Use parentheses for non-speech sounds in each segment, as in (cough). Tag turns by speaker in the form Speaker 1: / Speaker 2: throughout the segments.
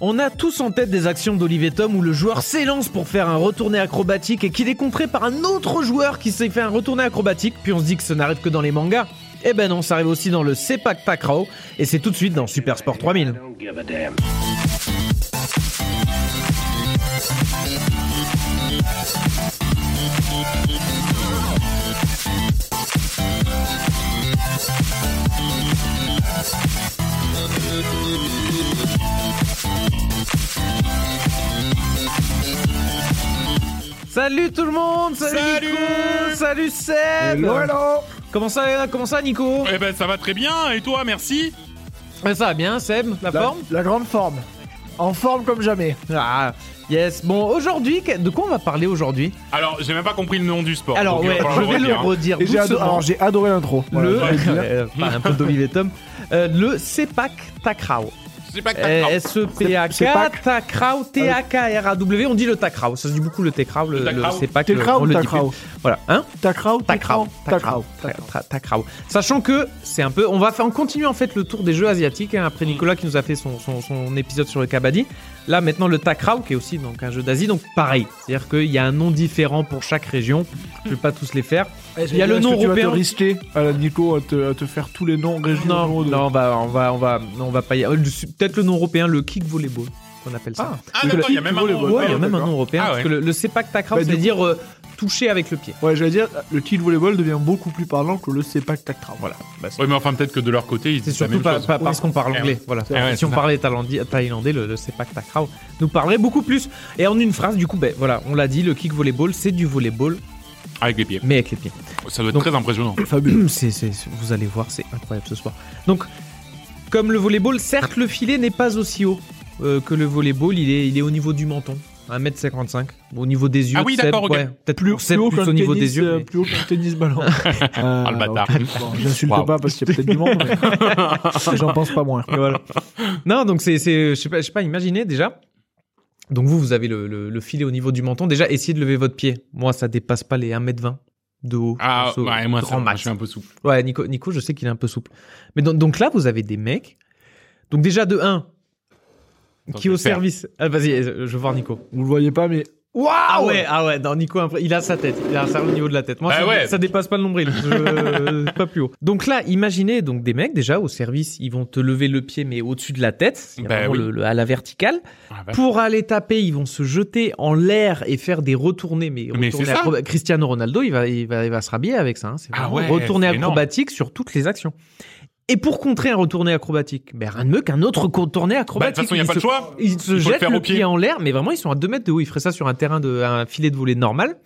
Speaker 1: On a tous en tête des actions d'Olivier Tom où le joueur s'élance pour faire un retourné acrobatique et qu'il est contré par un autre joueur qui s'est fait un retourné acrobatique, puis on se dit que ça n'arrive que dans les mangas. Eh ben non, ça arrive aussi dans le Sepak Takraw et c'est tout de suite dans Super Sport 3000.
Speaker 2: Don't give a damn.
Speaker 1: Salut tout le monde Salut,
Speaker 3: Salut
Speaker 1: Nico Salut Seb Comment ça, comment ça Nico
Speaker 3: Eh ben ça va très bien, et toi, merci
Speaker 1: Ouais, Ça va bien Seb La
Speaker 4: La,
Speaker 1: forme
Speaker 4: la grande forme. En forme comme jamais.
Speaker 1: Ah yes Bon aujourd'hui, que- de quoi on va parler aujourd'hui
Speaker 3: Alors, j'ai même pas compris le nom du sport.
Speaker 1: Alors
Speaker 3: donc il va
Speaker 1: ouais,
Speaker 3: falloir
Speaker 1: je vais le
Speaker 3: redire, hein.
Speaker 1: redire
Speaker 4: Et j'ai ado-
Speaker 1: doucement.
Speaker 4: alors j'ai adoré l'intro. Voilà, hein.
Speaker 1: le,
Speaker 4: je vais le dire. (laughs)
Speaker 1: Euh, pas un peu d'Olivier Tom, Euh, le Sepak Takraw. Euh, E
Speaker 3: C'est pas que
Speaker 1: Eh,
Speaker 3: t'as- non,
Speaker 1: S-E-P-A-K,
Speaker 4: Sepak.
Speaker 1: Takraw,
Speaker 4: Ah
Speaker 1: T-A-K-R-A-W. On dit le Takraw, ça se dit beaucoup le Takraw, le,
Speaker 3: Le
Speaker 1: le
Speaker 3: Takraw.
Speaker 1: Sepak. le-
Speaker 4: Takraw
Speaker 1: on
Speaker 4: ou
Speaker 1: le dit
Speaker 4: Takraw
Speaker 1: plus. Voilà, hein
Speaker 4: Takraw ou
Speaker 1: Takraw, Takraw,
Speaker 4: Takraw.
Speaker 1: Takraw, Takraw. Sachant que c'est un peu. On va faire, on continue en fait le tour des jeux asiatiques, hein, après Nicolas qui nous a fait son, son- son épisode sur le Kabaddi. Là maintenant le Takraw, qui est aussi donc un jeu d'Asie, donc pareil. C'est-à-dire qu'il y a un nom différent pour chaque région. Je vais pas tous les faire. Il y a le nom
Speaker 4: Tu vas te
Speaker 1: européen.
Speaker 4: risquer, euh, Nico, à te, à te faire tous les noms
Speaker 1: Non,
Speaker 4: régionaux. de-
Speaker 1: non, on va, on va, on va, non, on va pas y euh, le- Peut-être le nom européen, le kick volleyball, qu'on appelle ça.
Speaker 3: Ah d'accord, il y a même un nom.
Speaker 1: ouais, il y a même un
Speaker 4: d'accord.
Speaker 1: nom européen.
Speaker 3: Ah
Speaker 1: parce
Speaker 3: ouais.
Speaker 1: que le, le sepak takraw,
Speaker 4: Bah, du
Speaker 1: c'est
Speaker 4: coup-
Speaker 1: dire euh, toucher avec le pied.
Speaker 4: Ouais, j'allais dire, le kill volleyball devient beaucoup plus parlant que le sepak takraw. Voilà.
Speaker 3: Ouais, mais enfin, peut-être que de leur côté, ils
Speaker 1: C'est
Speaker 3: disent la
Speaker 1: surtout
Speaker 3: même
Speaker 1: pas,
Speaker 3: chose.
Speaker 1: pas- parce qu'on parle
Speaker 3: Ouais.
Speaker 1: anglais. Voilà.
Speaker 3: Ah ouais,
Speaker 1: si on
Speaker 3: c'est
Speaker 1: parlait thaïlandais, thaïlandais, le, le sepak takraw nous parlerait beaucoup plus. Et en une phrase, du coup, ben voilà, on l'a dit, le kick volleyball, c'est du volleyball,
Speaker 3: Avec les pieds.
Speaker 1: mais avec les pieds.
Speaker 3: Ça doit être
Speaker 1: Donc-
Speaker 3: très impressionnant.
Speaker 1: (clears throat)
Speaker 4: Fabuleux.
Speaker 1: C'est- c'est- vous allez voir, c'est incroyable ce soir. Donc, comme le volleyball, certes, le filet n'est pas aussi haut euh, que le volleyball. Il est, il est au niveau du menton, 1m55, au niveau des yeux.
Speaker 3: Ah oui,
Speaker 1: Seb,
Speaker 3: d'accord, ok.
Speaker 1: ouais, peut-être
Speaker 4: Plus,
Speaker 1: plus,
Speaker 4: plus
Speaker 1: Seb,
Speaker 4: haut
Speaker 1: plus
Speaker 4: qu'un
Speaker 1: au niveau
Speaker 4: tennis,
Speaker 1: des yeux.
Speaker 4: euh,
Speaker 1: mais-
Speaker 4: plus haut qu'un tennis ballon. Ah
Speaker 3: le bâtard.
Speaker 4: J'insulte
Speaker 3: Waouh.
Speaker 4: pas parce qu'il y a peut-être du monde, mais j'en pense pas moins.
Speaker 1: Et voilà. non, donc c'est, c'est- je sais pas, je sais pas, imaginez déjà. Donc vous, vous avez le, le- le filet au niveau du menton. Déjà, essayez de lever votre pied. Moi, ça dépasse pas les 1m20 de haut.
Speaker 3: Ah
Speaker 1: Perso,
Speaker 3: ouais, moi, ça,
Speaker 1: grand
Speaker 3: moi, je
Speaker 1: max.
Speaker 3: suis un peu souple.
Speaker 1: Ouais, Nico, Nico je sais qu'il est un peu souple. Mais donc- donc là, vous avez des mecs. Donc déjà, de 1,
Speaker 3: Attends,
Speaker 1: qui
Speaker 3: je vais
Speaker 1: au
Speaker 3: le faire.
Speaker 1: service. Ah, vas-y, euh, je veux voir Nico.
Speaker 4: Vous le voyez pas, mais
Speaker 1: Waouh ah ouais, ah ouais, non, Nico, après, il a sa tête, il a ça au niveau de la tête. Moi,
Speaker 3: Bah
Speaker 1: ça,
Speaker 3: ouais.
Speaker 1: ça dépasse pas le nombril, Je-
Speaker 3: (laughs)
Speaker 1: pas plus haut. Donc là, imaginez donc des mecs déjà au service, ils vont te lever le pied mais au-dessus de la tête, c'est-à-dire
Speaker 3: Bah
Speaker 1: vraiment
Speaker 3: oui.
Speaker 1: le- le- à la verticale.
Speaker 3: Ah, vache.
Speaker 1: Pour aller taper, ils vont se jeter en l'air et faire des retournées. Mais,
Speaker 3: Mais
Speaker 1: retournées
Speaker 3: c'est ça.
Speaker 1: acroba- Cristiano Ronaldo, il va, il va, il va se rhabiller avec ça. hein. C'est
Speaker 3: Ah
Speaker 1: vraiment
Speaker 3: ouais,
Speaker 1: retournées
Speaker 3: c'est énorme.
Speaker 1: acrobatiques sur toutes les actions. Et pour contrer un retourné acrobatique, ben rien de mieux qu'un autre contourné
Speaker 3: Bah, de
Speaker 1: acrobatique.
Speaker 3: toute façon, il n'y a
Speaker 1: Ils
Speaker 3: pas de
Speaker 1: se-
Speaker 3: choix.
Speaker 1: Ils se
Speaker 3: Il faut le
Speaker 1: jettent
Speaker 3: faire
Speaker 1: le
Speaker 3: au pied.
Speaker 1: pied en l'air, mais vraiment, ils sont à 2 mètres de haut. Ils feraient ça sur un terrain de un filet de volée normal,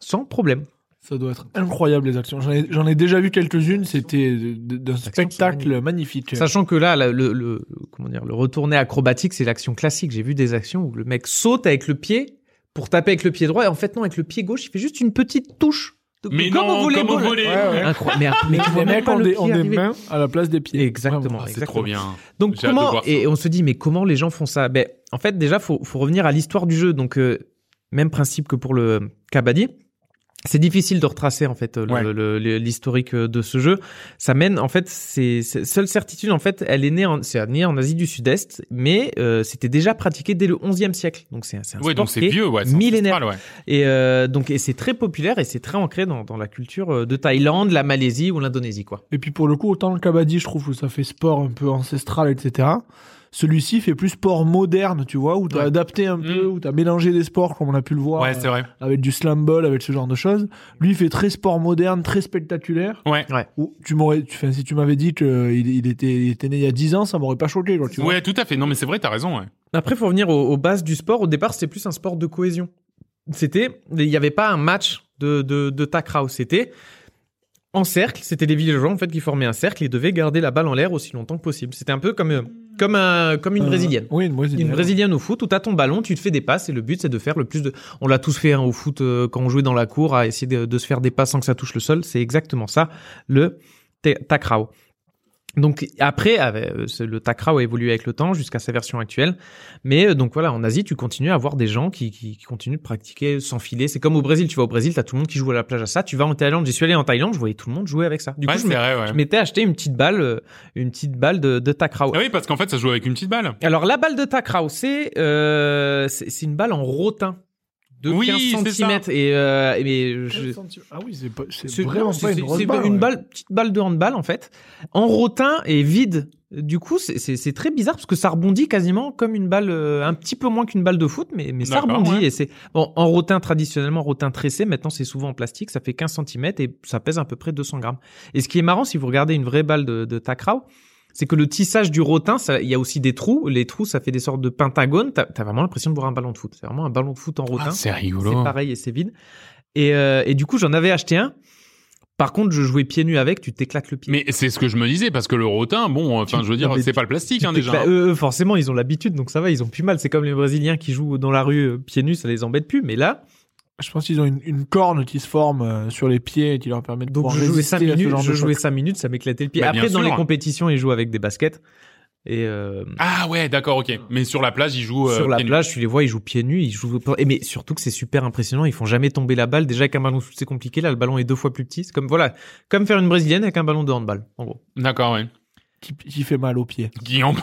Speaker 1: sans problème.
Speaker 4: Ça doit être incroyable les actions. J'en ai, j'en ai déjà vu quelques-unes, c'était de- de- d'un
Speaker 1: actions sont
Speaker 4: spectacle magnifique.
Speaker 1: Sachant que là, la- le, le- comment dire, le retourné acrobatique, c'est l'action classique. J'ai vu des actions où le mec saute avec le pied pour taper avec le pied droit, et en fait non, avec le pied gauche, il fait juste une petite touche. de-
Speaker 3: Mais
Speaker 1: comme
Speaker 3: non,
Speaker 1: au volley-ball.
Speaker 3: comme au volley.
Speaker 4: Ouais, ouais.
Speaker 1: Incroyable. Mais, mais
Speaker 4: Mais
Speaker 1: tu vois
Speaker 4: les
Speaker 1: Ah, même
Speaker 4: mecs
Speaker 1: pas
Speaker 4: ont
Speaker 1: le
Speaker 4: des,
Speaker 1: pied
Speaker 4: ont des
Speaker 1: arriver.
Speaker 4: mains à la place des pieds.
Speaker 1: Exactement.
Speaker 4: Vraiment.
Speaker 3: C'est trop bien.
Speaker 1: Donc
Speaker 3: J'ai hâte de
Speaker 1: comment
Speaker 3: voir ça.
Speaker 1: et on se dit mais comment les gens font ça Ben en fait déjà faut faut revenir à l'histoire du jeu. Donc euh, même principe que pour le Kabaddi. C'est difficile de retracer en fait euh, le-
Speaker 3: Ouais.
Speaker 1: le- le- l'historique euh, de ce jeu. Ça mène en fait, c'est c'est- seule certitude en fait, elle est née en, c'est née en Asie du Sud-Est, mais euh, c'était déjà pratiqué dès le 11e siècle. Donc c'est un, c'est un
Speaker 3: Ouais,
Speaker 1: sport
Speaker 3: donc c'est
Speaker 1: qui est
Speaker 3: vieux, ouais. c'est
Speaker 1: millénaire.
Speaker 3: ancestral, ouais.
Speaker 1: et euh, donc et c'est très populaire et c'est très ancré dans, dans la culture euh, de Thaïlande, la Malaisie ou l'Indonésie quoi.
Speaker 4: Et puis pour le coup, autant le kabaddi, je trouve que ça fait sport un peu ancestral, etc. Celui-ci fait plus sport moderne, tu vois, où t'as
Speaker 1: Ouais.
Speaker 4: adapté un peu,
Speaker 3: Mm.
Speaker 4: où t'as mélangé des sports comme on a pu le voir,
Speaker 3: Ouais, c'est
Speaker 4: euh,
Speaker 3: vrai.
Speaker 4: avec du slam ball, avec ce genre de choses. Lui, il fait très sport moderne, très spectaculaire.
Speaker 3: Ouais.
Speaker 4: Où tu m'aurais, tu- enfin, si tu m'avais dit qu'il il était, il était né il y a 10 ans, ça m'aurait pas choqué, quoi, tu vois.
Speaker 3: Ouais, tout à fait. Non, mais c'est vrai, t'as raison, ouais.
Speaker 1: Après, faut revenir aux, aux bases du sport. Au départ, c'était plus un sport de cohésion. C'était, il n'y avait pas un match de, de, de takraw. C'était en cercle. C'était des villageois en fait qui formaient un cercle et devaient garder la balle en l'air aussi longtemps que possible. C'était un peu comme euh, comme un, comme une
Speaker 4: Euh,
Speaker 1: brésilienne.
Speaker 4: Oui, une brésilienne.
Speaker 1: Une brésilienne au foot où t'as ton ballon, tu te fais des passes et le but c'est de faire le plus de. On l'a tous fait hein, au foot euh, quand on jouait dans la cour à essayer de, de se faire des passes sans que ça touche le sol. C'est exactement ça le te- takraw. Donc après, avec- euh, c'est- le Takrao a évolué avec le temps jusqu'à sa version actuelle. Mais euh, donc voilà, en Asie, tu continues à avoir des gens qui, qui, qui continuent de pratiquer sans filet. C'est comme au Brésil, tu vas au Brésil, t'as tout le monde qui joue à la plage à ça. Tu vas en Thaïlande, j'y suis allé en Thaïlande, je voyais tout le monde jouer avec ça. Du
Speaker 3: Ouais, euh,
Speaker 1: coup, je
Speaker 3: c'est
Speaker 1: m'é-
Speaker 3: vrai, ouais.
Speaker 1: je m'étais acheté une petite balle, euh, une petite balle de, de Takrao.
Speaker 3: Ah oui, parce qu'en fait, ça se joue avec une petite balle.
Speaker 1: Alors la balle de Takrao, c'est euh, c'est c'est une balle en rotin de
Speaker 3: Oui,
Speaker 1: 15
Speaker 3: c'est ça.
Speaker 1: cm et euh, et mais je-
Speaker 4: Ah oui, c'est pas- c'est
Speaker 1: c'est
Speaker 4: vraiment
Speaker 1: non,
Speaker 4: pas
Speaker 1: c'est-
Speaker 4: une
Speaker 1: c'est-
Speaker 4: grosse
Speaker 1: c'est
Speaker 4: balle.
Speaker 1: une
Speaker 4: ouais.
Speaker 1: balle- petite balle de handball en fait, en rotin et vide. Du coup, c'est- c'est c'est très bizarre parce que ça rebondit quasiment comme une balle, euh, un petit peu moins qu'une balle de foot, mais, mais ça
Speaker 3: D'accord,
Speaker 1: rebondit.
Speaker 3: ouais.
Speaker 1: Et c'est bon, en rotin traditionnellement, rotin tressé. Maintenant, c'est souvent en plastique. Ça fait 15 cm et ça pèse à peu près 200 grammes. Et ce qui est marrant, si vous regardez une vraie balle de, de takraw, c'est que le tissage du rotin, ça- il y a aussi des trous. Les trous, ça fait des sortes de pentagones. T'as as vraiment l'impression de voir un ballon de foot. C'est vraiment un ballon de foot en
Speaker 4: Ah,
Speaker 1: rotin.
Speaker 3: Ah, c'est
Speaker 1: C'est pareil et c'est vide. Et, euh, et du coup, j'en avais acheté un. Par contre, je jouais pieds nus avec, tu t'éclates le pied.
Speaker 3: Mais c'est ce que je me disais, parce que le rotin, bon, euh, enfin,
Speaker 1: Tu-
Speaker 3: je veux
Speaker 1: non,
Speaker 3: dire,
Speaker 1: mais
Speaker 3: c'est pas le plastique,
Speaker 1: Tu
Speaker 3: hein, déjà.
Speaker 1: t'éclates- eux, eux, forcément, ils ont l'habitude, donc ça va, ils ont plus mal. C'est comme les Brésiliens qui jouent dans la rue euh, pieds nus, ça les embête plus. Mais là,
Speaker 4: Je pense qu'ils ont une, une corne qui se forme euh, sur les pieds et qui leur permet de
Speaker 1: donc
Speaker 4: pouvoir
Speaker 1: je jouais
Speaker 4: résister
Speaker 1: 5
Speaker 4: à ce
Speaker 1: minutes,
Speaker 4: genre
Speaker 1: je
Speaker 4: de
Speaker 1: jouais
Speaker 4: choc.
Speaker 1: cinq minutes, ça m'éclatait le pied.
Speaker 3: Bah, bien
Speaker 1: Après, dans les
Speaker 3: sûr.
Speaker 1: compétitions, ils jouent avec des baskets. Et euh,
Speaker 3: Ah ouais, d'accord, ok. Mais sur la plage, ils jouent. euh,
Speaker 1: sur la
Speaker 3: pieds nus.
Speaker 1: plage, tu les vois, ils jouent pieds nus, ils jouent. Et mais surtout que c'est super impressionnant, ils font jamais tomber la balle. Déjà, avec un ballon de foot, c'est compliqué. Là, le ballon est deux fois plus petit. C'est comme, voilà, comme faire une brésilienne avec un ballon de handball, en gros.
Speaker 3: D'accord, ouais.
Speaker 4: Qui, qui fait mal aux pieds.
Speaker 3: Qui en, (laughs) qui en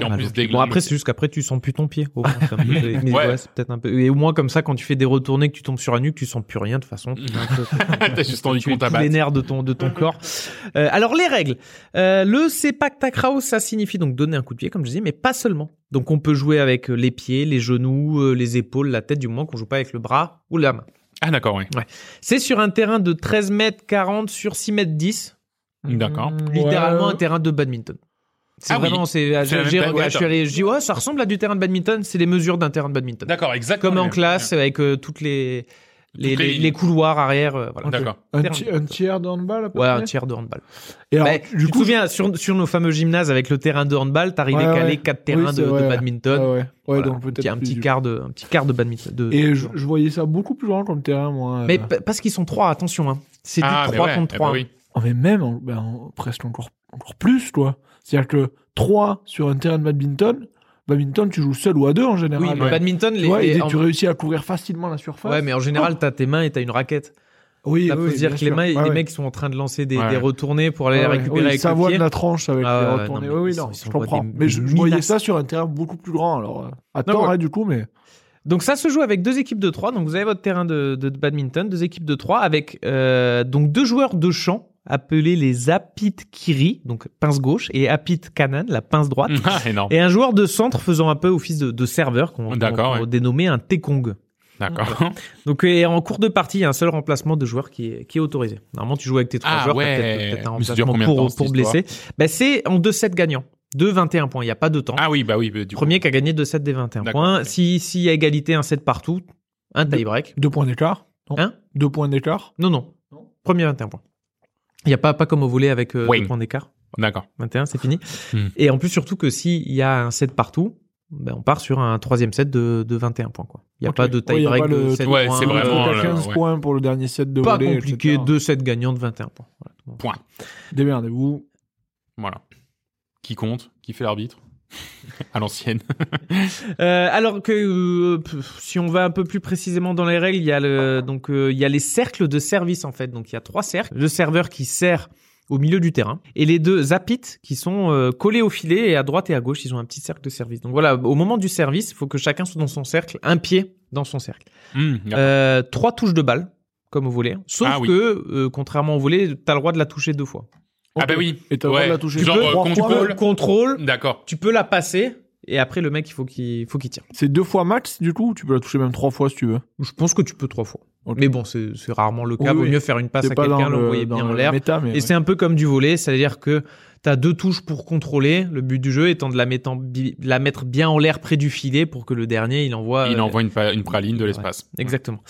Speaker 1: Ah,
Speaker 3: plus
Speaker 1: donc, Bon, après,
Speaker 3: (laughs)
Speaker 1: c'est juste qu'après, tu sens plus ton pied. Au moins, c'est un peu- mais
Speaker 3: Ouais.
Speaker 1: ouais, c'est peut-être un peu. Et au moins, comme ça, quand tu fais des retournées, que tu tombes sur la nuque, tu sens plus rien, de toute
Speaker 3: (laughs)
Speaker 1: façon. Tu-
Speaker 3: T'as juste envie
Speaker 1: tu
Speaker 3: qu'on
Speaker 1: es tous
Speaker 3: t'abatte.
Speaker 1: les nerfs de ton, de
Speaker 3: (laughs)
Speaker 1: ton corps. Euh, alors, les règles. Euh, le sepak takraw, ça signifie donc donner un coup de pied, comme je disais, mais pas seulement. Donc, on peut jouer avec euh, les pieds, les genoux, euh, les épaules, la tête, du moment qu'on joue pas avec le bras ou la main.
Speaker 3: Ah, d'accord, ouais.
Speaker 1: C'est sur un terrain de 13 mètres 40 sur 6 mètres 10.
Speaker 3: D'accord.
Speaker 4: Mm,
Speaker 1: Littéralement
Speaker 4: ouais.
Speaker 1: un terrain de badminton. C'est
Speaker 3: Ah oui.
Speaker 1: vraiment, c'est,
Speaker 3: C'est la
Speaker 1: j'ai-
Speaker 3: même
Speaker 1: j'ai-
Speaker 3: taille,
Speaker 1: je suis allé, je dis, ouais, ça ressemble à du terrain de badminton, c'est les mesures d'un terrain de badminton.
Speaker 3: D'accord, exactement.
Speaker 1: Comme en classe, avec euh, toutes les, les,
Speaker 3: Toutes les
Speaker 1: les-
Speaker 3: lignes.
Speaker 1: les couloirs arrière, euh, voilà.
Speaker 3: D'accord.
Speaker 4: Un,
Speaker 1: Terme.
Speaker 4: ti- un tiers de handball à peu
Speaker 1: Ouais, un
Speaker 4: près
Speaker 1: tiers de handball.
Speaker 4: Et alors,
Speaker 1: Bah,
Speaker 4: du
Speaker 1: tu
Speaker 4: coup,
Speaker 1: te souviens, sur, sur nos fameux gymnases avec le terrain de handball, t'arrivais
Speaker 4: Ouais,
Speaker 1: qu'à
Speaker 4: ouais.
Speaker 1: les quatre terrains
Speaker 4: Oui, c'est
Speaker 1: de, de
Speaker 4: vrai.
Speaker 1: badminton.
Speaker 4: ouais, ouais. Ouais,
Speaker 1: Voilà,
Speaker 4: donc peut-être
Speaker 1: un
Speaker 4: plus
Speaker 1: petit
Speaker 4: du-
Speaker 1: quart de, un petit quart de badminton. de-
Speaker 4: Et
Speaker 1: de-
Speaker 4: je, je voyais ça beaucoup plus loin comme terrain, moi.
Speaker 1: Mais
Speaker 4: Euh,
Speaker 1: pa- parce qu'ils sont trois, attention, hein. C'est
Speaker 3: Ah,
Speaker 1: du
Speaker 3: mais
Speaker 1: 3
Speaker 3: ouais,
Speaker 1: contre
Speaker 3: eh ben
Speaker 1: 3.
Speaker 3: oui. (laughs)
Speaker 4: oh, mais même, en- ben, en- presque encore, encore plus, toi. C'est-à-dire que 3 sur un terrain de badminton, badminton, tu joues seul ou à deux en général.
Speaker 1: Oui, le
Speaker 3: Ouais.
Speaker 1: badminton,
Speaker 4: Tu
Speaker 1: les,
Speaker 4: vois, et
Speaker 1: les-
Speaker 4: dès que
Speaker 1: en-
Speaker 4: tu réussis à couvrir facilement la surface.
Speaker 1: ouais, mais en général, t'as tes mains et t'as une raquette.
Speaker 4: oui,
Speaker 1: Ça
Speaker 4: oui,
Speaker 1: peut se dire
Speaker 4: bien
Speaker 1: que les,
Speaker 4: sûr.
Speaker 1: mains,
Speaker 4: Ouais,
Speaker 1: les
Speaker 4: ouais.
Speaker 1: mecs ils sont en train de lancer des,
Speaker 3: Ouais.
Speaker 1: des retournées pour aller
Speaker 4: Ah ouais,
Speaker 1: récupérer
Speaker 4: oui,
Speaker 1: avec
Speaker 4: ça
Speaker 1: le
Speaker 4: voit
Speaker 1: pied.
Speaker 4: de la tranche avec
Speaker 1: Ah ouais,
Speaker 4: les retournées.
Speaker 1: non, mais
Speaker 4: oui,
Speaker 1: ils
Speaker 4: non,
Speaker 1: sont- ils sont
Speaker 4: je
Speaker 1: pas
Speaker 4: comprends.
Speaker 1: des-
Speaker 4: mais
Speaker 1: des
Speaker 4: je, je voyais
Speaker 1: minasses.
Speaker 4: ça sur un terrain beaucoup plus grand. Alors, euh, à
Speaker 1: Non,
Speaker 4: tort,
Speaker 1: ouais.
Speaker 4: hein, du coup, mais
Speaker 1: Donc ça se joue avec deux équipes de trois. Donc vous avez votre terrain de, de badminton, deux équipes de trois avec euh, donc deux joueurs de champ appelés les apit kiri, donc pince gauche, et apit kanan, la pince droite,
Speaker 3: Ah, énorme.
Speaker 1: et un joueur de centre faisant un peu office de, de serveur qu'on qu'on-
Speaker 3: D'accord,
Speaker 1: qu'on
Speaker 3: ouais.
Speaker 1: dénommait un tekong.
Speaker 3: D'accord.
Speaker 1: Donc et en cours de partie, il y a un seul remplacement de joueur qui est, qui est autorisé. Normalement, tu joues avec tes trois
Speaker 3: Ah
Speaker 1: joueurs, t'as
Speaker 3: ouais.
Speaker 1: peut-être peut-être un
Speaker 3: Mais ça dure
Speaker 1: remplacement
Speaker 3: combien de temps,
Speaker 1: pour,
Speaker 3: cette
Speaker 1: pour blessé. Ben, c'est en 2-7 gagnants, 2-21 points, il n'y a pas de temps.
Speaker 3: Ah oui, bah oui, bah, du coup.
Speaker 1: Premier qui a gagné 2-7 des 21
Speaker 3: D'accord,
Speaker 1: points.
Speaker 3: ok.
Speaker 1: Si S'il y a égalité, un 7 partout, un tie-break.
Speaker 4: deux points d'écart. Non.
Speaker 1: Hein
Speaker 4: Deux points d'écart.
Speaker 1: Non, non. Premier 21 points. Il n'y a pas, pas comme au volet avec euh,
Speaker 3: Wayne.
Speaker 1: deux points d'écart.
Speaker 3: D'accord.
Speaker 1: 21, c'est fini.
Speaker 3: (laughs) Hmm.
Speaker 1: Et en plus, surtout que s'il y a un 7 partout, ben, on part sur un troisième set de, de 21 points. quoi. Il n'y a
Speaker 4: Ok.
Speaker 1: pas de
Speaker 4: Ouais, il y a
Speaker 1: tie-break
Speaker 4: pas
Speaker 1: de
Speaker 4: le-
Speaker 1: 7
Speaker 3: Ouais,
Speaker 1: points.
Speaker 3: c'est
Speaker 4: Donc,
Speaker 3: vraiment euh,
Speaker 4: t'as
Speaker 3: le-
Speaker 4: 15
Speaker 3: ouais.
Speaker 4: points pour le dernier set de
Speaker 1: pas
Speaker 4: volley,
Speaker 1: compliqué,
Speaker 4: etc.
Speaker 1: deux sets gagnants de 21 points. Voilà.
Speaker 4: Démerdez-vous.
Speaker 3: Voilà. Qui compte Qui fait l'arbitre (laughs) À l'ancienne.
Speaker 1: Euh, alors que euh, p- si on va un peu plus précisément dans les règles, il y a le donc euh, il y a les cercles de service en fait. Donc il y a trois cercles. Le serveur qui sert au milieu du terrain et les deux apits qui sont euh, collés au filet et à droite et à gauche, ils ont un petit cercle de service. Donc voilà, au moment du service, il faut que chacun soit dans son cercle, un pied dans son cercle.
Speaker 3: Hum,
Speaker 1: Euh, trois touches de balle comme au volet. Sauf
Speaker 3: Ah oui.
Speaker 1: que euh, contrairement au volet, t'as le droit de la toucher deux fois.
Speaker 3: Ah bah
Speaker 4: Ok.
Speaker 3: oui.
Speaker 4: Et t'as le droit
Speaker 3: Ouais.
Speaker 4: de la toucher
Speaker 3: Genre,
Speaker 4: trois
Speaker 1: Tu
Speaker 3: euh,
Speaker 4: fois.
Speaker 1: peux
Speaker 3: contrôle.
Speaker 1: le contrôle,
Speaker 3: D'accord.
Speaker 1: tu peux la passer et après le mec il faut qu'il faut qu'il tire.
Speaker 4: C'est deux fois max, du coup, ou tu peux la toucher même trois fois si tu veux.
Speaker 1: Je pense que tu peux trois fois.
Speaker 4: Ok.
Speaker 1: Mais bon, c'est c'est rarement le cas.
Speaker 4: Oui,
Speaker 1: Vaut
Speaker 4: oui.
Speaker 1: mieux faire une passe
Speaker 4: C'est
Speaker 1: à quelqu'un, l'envoyer
Speaker 4: dans
Speaker 1: bien en
Speaker 4: le
Speaker 1: l'air.
Speaker 4: méta, mais
Speaker 1: Et
Speaker 4: ouais.
Speaker 1: c'est un peu comme du volet, c'est-à-dire que tu as deux touches pour contrôler, le but du jeu étant de la, mettre en bi- de la mettre bien en l'air près du filet pour que le dernier, il envoie...
Speaker 3: Il
Speaker 1: euh,
Speaker 3: envoie une, pa- une praline de
Speaker 1: ouais.
Speaker 3: l'espace.
Speaker 1: Exactement.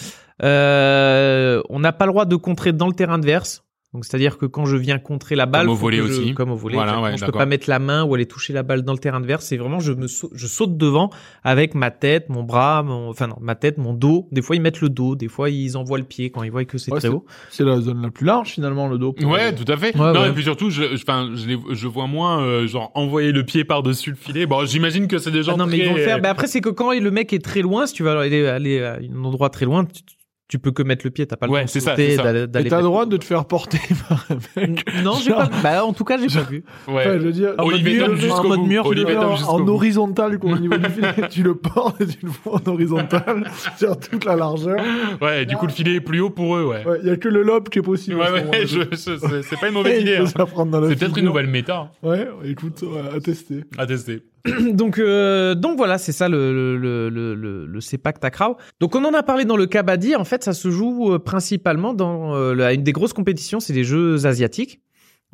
Speaker 1: Euh, on n'a pas le droit de contrer dans le terrain adverse. Donc c'est-à-dire que quand je viens contrer la balle,
Speaker 3: Comme au
Speaker 1: faut que
Speaker 3: volley
Speaker 1: je-
Speaker 3: aussi.
Speaker 1: comme au volley,
Speaker 3: Voilà,
Speaker 1: exactement,
Speaker 3: ouais,
Speaker 1: je peux
Speaker 3: d'accord.
Speaker 1: pas mettre la main ou aller toucher la balle dans le terrain adverse. C'est vraiment je me sau- je saute devant avec ma tête, mon bras, mon enfin non, ma tête, mon dos. Des fois ils mettent le dos, des fois ils envoient le pied quand ils voient que c'est
Speaker 4: Ouais,
Speaker 1: très haut. Ah
Speaker 4: C'est la zone la plus large finalement, le dos. pour- euh,
Speaker 3: Ouais, tout à fait.
Speaker 1: Ouais,
Speaker 3: non,
Speaker 1: ouais.
Speaker 3: et puis surtout, je, je, 'fin, je, les- je vois moins, euh, genre, envoyer le pied par-dessus le filet. Bon, j'imagine que c'est des gens
Speaker 1: Ah non mais ils
Speaker 3: très-
Speaker 1: vont le faire. Mais après c'est que quand le mec est très loin, si tu vas aller, aller à un endroit très loin, tu, tu peux que mettre le pied. T'as pas le
Speaker 3: Ouais,
Speaker 1: temps de
Speaker 3: c'est ça,
Speaker 1: sauter,
Speaker 3: c'est ça.
Speaker 1: d'aller.
Speaker 4: Et
Speaker 1: d'aller-
Speaker 4: t'as le droit de te faire porter par un mec.
Speaker 1: Non, j'ai
Speaker 4: Genre-
Speaker 1: pas. Bah en tout cas j'ai pas vu.
Speaker 3: euh, Ouais.
Speaker 4: Enfin, je veux dire,
Speaker 1: En mode
Speaker 3: Olivier
Speaker 1: mur,
Speaker 3: Tom
Speaker 1: en
Speaker 3: jusqu'au
Speaker 1: mode
Speaker 3: bout.
Speaker 1: mur,
Speaker 3: Olivier
Speaker 4: en,
Speaker 3: Tom
Speaker 4: en
Speaker 3: jusqu'au bout.
Speaker 4: horizontal, quoi, au niveau du filet, (laughs) tu le portes et tu le vois en horizontal (laughs) sur toute la largeur.
Speaker 3: Ouais, du coup, le filet est plus haut pour eux, ouais.
Speaker 4: Ouais, Il y a que le lobe qui est possible. à
Speaker 3: Ouais,
Speaker 4: ce moment-là.
Speaker 3: ouais, je- (laughs) je- c'est c'est pas une
Speaker 1: (laughs)
Speaker 4: Ouais,
Speaker 3: mauvaise idée.
Speaker 4: (laughs) il faut
Speaker 3: hein.
Speaker 4: se la prendre dans la
Speaker 3: C'est peut-être une
Speaker 4: figure.
Speaker 3: nouvelle méta hein,
Speaker 4: Ouais, écoute, ouais, à tester.
Speaker 3: à tester.
Speaker 1: (clears throat) donc, euh, donc voilà, c'est ça le, le, le, le, le, le CEPAC Takraw. Donc on en a parlé dans le Kabaddi. En fait, ça se joue euh, principalement dans euh, la- une des grosses compétitions, c'est les Jeux asiatiques.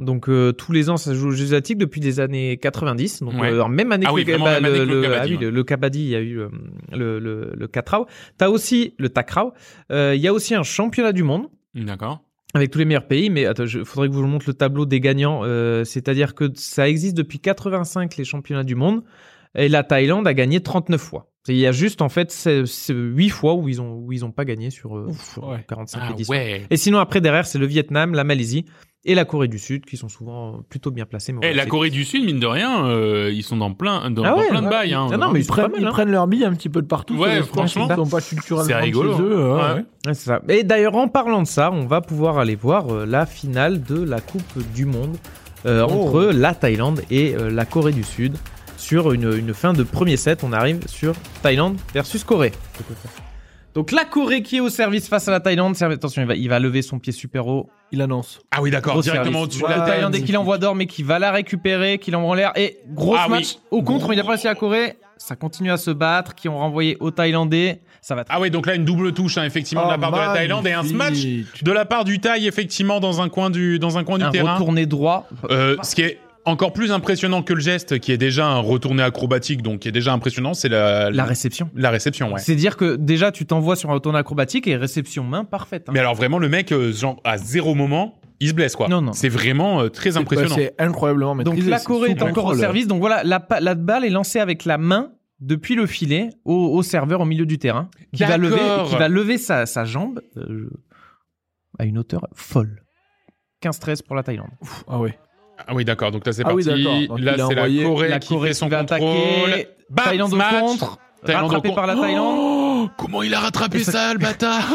Speaker 1: Donc euh, tous les ans, ça se joue aux Jeux asiatiques depuis les années 90. Donc
Speaker 3: Ouais.
Speaker 1: euh, même année
Speaker 3: Ah
Speaker 1: que
Speaker 3: oui,
Speaker 1: le
Speaker 3: vraiment
Speaker 1: Kaba-
Speaker 3: même année que le
Speaker 1: le- ah
Speaker 3: Kabaddi,
Speaker 1: oui,
Speaker 3: ouais.
Speaker 1: le- le Kabaddi, il y a eu euh, le, le, le Takraw. T'as aussi le Takraw. Euh, Il y a aussi un championnat du monde
Speaker 3: D'accord.
Speaker 1: avec tous les meilleurs pays, mais attends, je, faudrait que je vous montre le tableau des gagnants. Euh, C'est-à-dire que ça existe depuis 85 les championnats du monde, et la Thaïlande a gagné 39 fois. Il y a juste en fait 8 fois où ils ont où ils ont pas gagné sur, euh, sur
Speaker 4: ouais.
Speaker 1: 45
Speaker 3: Ah
Speaker 1: éditions.
Speaker 3: ouais.
Speaker 1: Et sinon après derrière c'est le Vietnam, la Malaisie et la Corée du Sud qui sont souvent euh, plutôt bien placés. mais
Speaker 3: Eh,
Speaker 1: voilà,
Speaker 3: la
Speaker 1: c'est-
Speaker 3: Corée du Sud, mine de rien, euh, ils sont dans plein, dans,
Speaker 1: Ah
Speaker 3: dans
Speaker 1: ouais,
Speaker 3: plein de
Speaker 1: ouais.
Speaker 3: bails. Hein,
Speaker 1: Ah non, mais ils
Speaker 4: Ils,
Speaker 1: sont
Speaker 4: prennent,
Speaker 1: pas mal,
Speaker 4: ils
Speaker 1: hein.
Speaker 4: prennent leur bille un petit peu de partout.
Speaker 3: Ouais,
Speaker 4: sur les coins,
Speaker 3: franchement,
Speaker 4: Ils sont pas culturellement
Speaker 3: c'est rigolo.
Speaker 4: chez eux, hein,
Speaker 3: Ouais.
Speaker 4: ouais.
Speaker 1: Ouais, c'est ça. Et d'ailleurs en parlant de ça, on va pouvoir aller voir euh, la finale de la Coupe du Monde euh,
Speaker 4: Oh.
Speaker 1: entre la Thaïlande et euh, la Corée du Sud. Sur une, une fin de premier set, on arrive sur Thaïlande versus Corée. Donc la Corée qui est au service face à la Thaïlande. Servi- Attention, il va, il va lever son pied super haut.
Speaker 4: Il annonce.
Speaker 3: Ah oui, d'accord,
Speaker 1: Gros
Speaker 3: directement
Speaker 1: service.
Speaker 3: au-dessus de
Speaker 1: La
Speaker 3: la
Speaker 4: Ouais.
Speaker 3: Thaïlande.
Speaker 1: Thaïlande et qu'il envoie d'or, mais qui va la récupérer, qui l'envoie en l'air. Et gros
Speaker 3: Ah oui.
Speaker 1: match au contre, mais il a pas réussi à la Corée. Ça continue à se battre, qui ont renvoyé aux Thaïlandais. Ça va très
Speaker 3: Ah ouais, donc là, une double touche, hein, effectivement, de
Speaker 4: Ah,
Speaker 1: Oh,
Speaker 3: la part de la Thaïlande et un smash de la part du Thaï, effectivement, dans un coin du, dans un coin du
Speaker 1: un
Speaker 3: terrain.
Speaker 1: retourné droit.
Speaker 3: Euh, ce qui est encore plus impressionnant que le geste, qui est déjà un retourné acrobatique, donc qui est déjà impressionnant, c'est la,
Speaker 1: La réception.
Speaker 3: la réception, ouais.
Speaker 1: C'est dire que déjà tu t'envoies sur un retourne acrobatique et réception main parfaite. hein.
Speaker 3: Mais alors vraiment, le mec, euh, genre, à zéro moment, il se blesse, quoi.
Speaker 1: Non, non.
Speaker 3: C'est vraiment euh, très impressionnant.
Speaker 4: bah, C'est incroyablement
Speaker 1: donc
Speaker 4: maîtrisé.
Speaker 1: la
Speaker 4: c'est
Speaker 1: Corée
Speaker 4: sous
Speaker 1: est encore au
Speaker 4: contrôle.
Speaker 1: service. Donc voilà, la, pa- la balle est lancée avec la main depuis le filet au, au serveur au milieu du terrain qui va lever,
Speaker 3: D'accord.
Speaker 1: qui va lever sa, sa jambe euh, à une hauteur folle. 15-13 pour la Thaïlande.
Speaker 4: Pff, Ah ouais.
Speaker 3: Ah oui, d'accord. Donc là, c'est
Speaker 4: Ah oui,
Speaker 3: parti.
Speaker 4: d'accord. Donc,
Speaker 3: là,
Speaker 4: il a
Speaker 3: c'est la
Speaker 4: envoyé
Speaker 3: Corée,
Speaker 1: la
Speaker 3: qui
Speaker 1: Corée
Speaker 3: fait
Speaker 1: qui
Speaker 3: son
Speaker 1: va attaquer.
Speaker 3: contrôle. Bam,
Speaker 1: Thaïlande au
Speaker 3: smash.
Speaker 1: contre,
Speaker 3: Thaïlande au
Speaker 1: rattrapée
Speaker 3: contre.
Speaker 1: par la Thaïlande.
Speaker 3: Oh, comment il a rattrapé
Speaker 1: Et ça-
Speaker 3: ça, le bâtard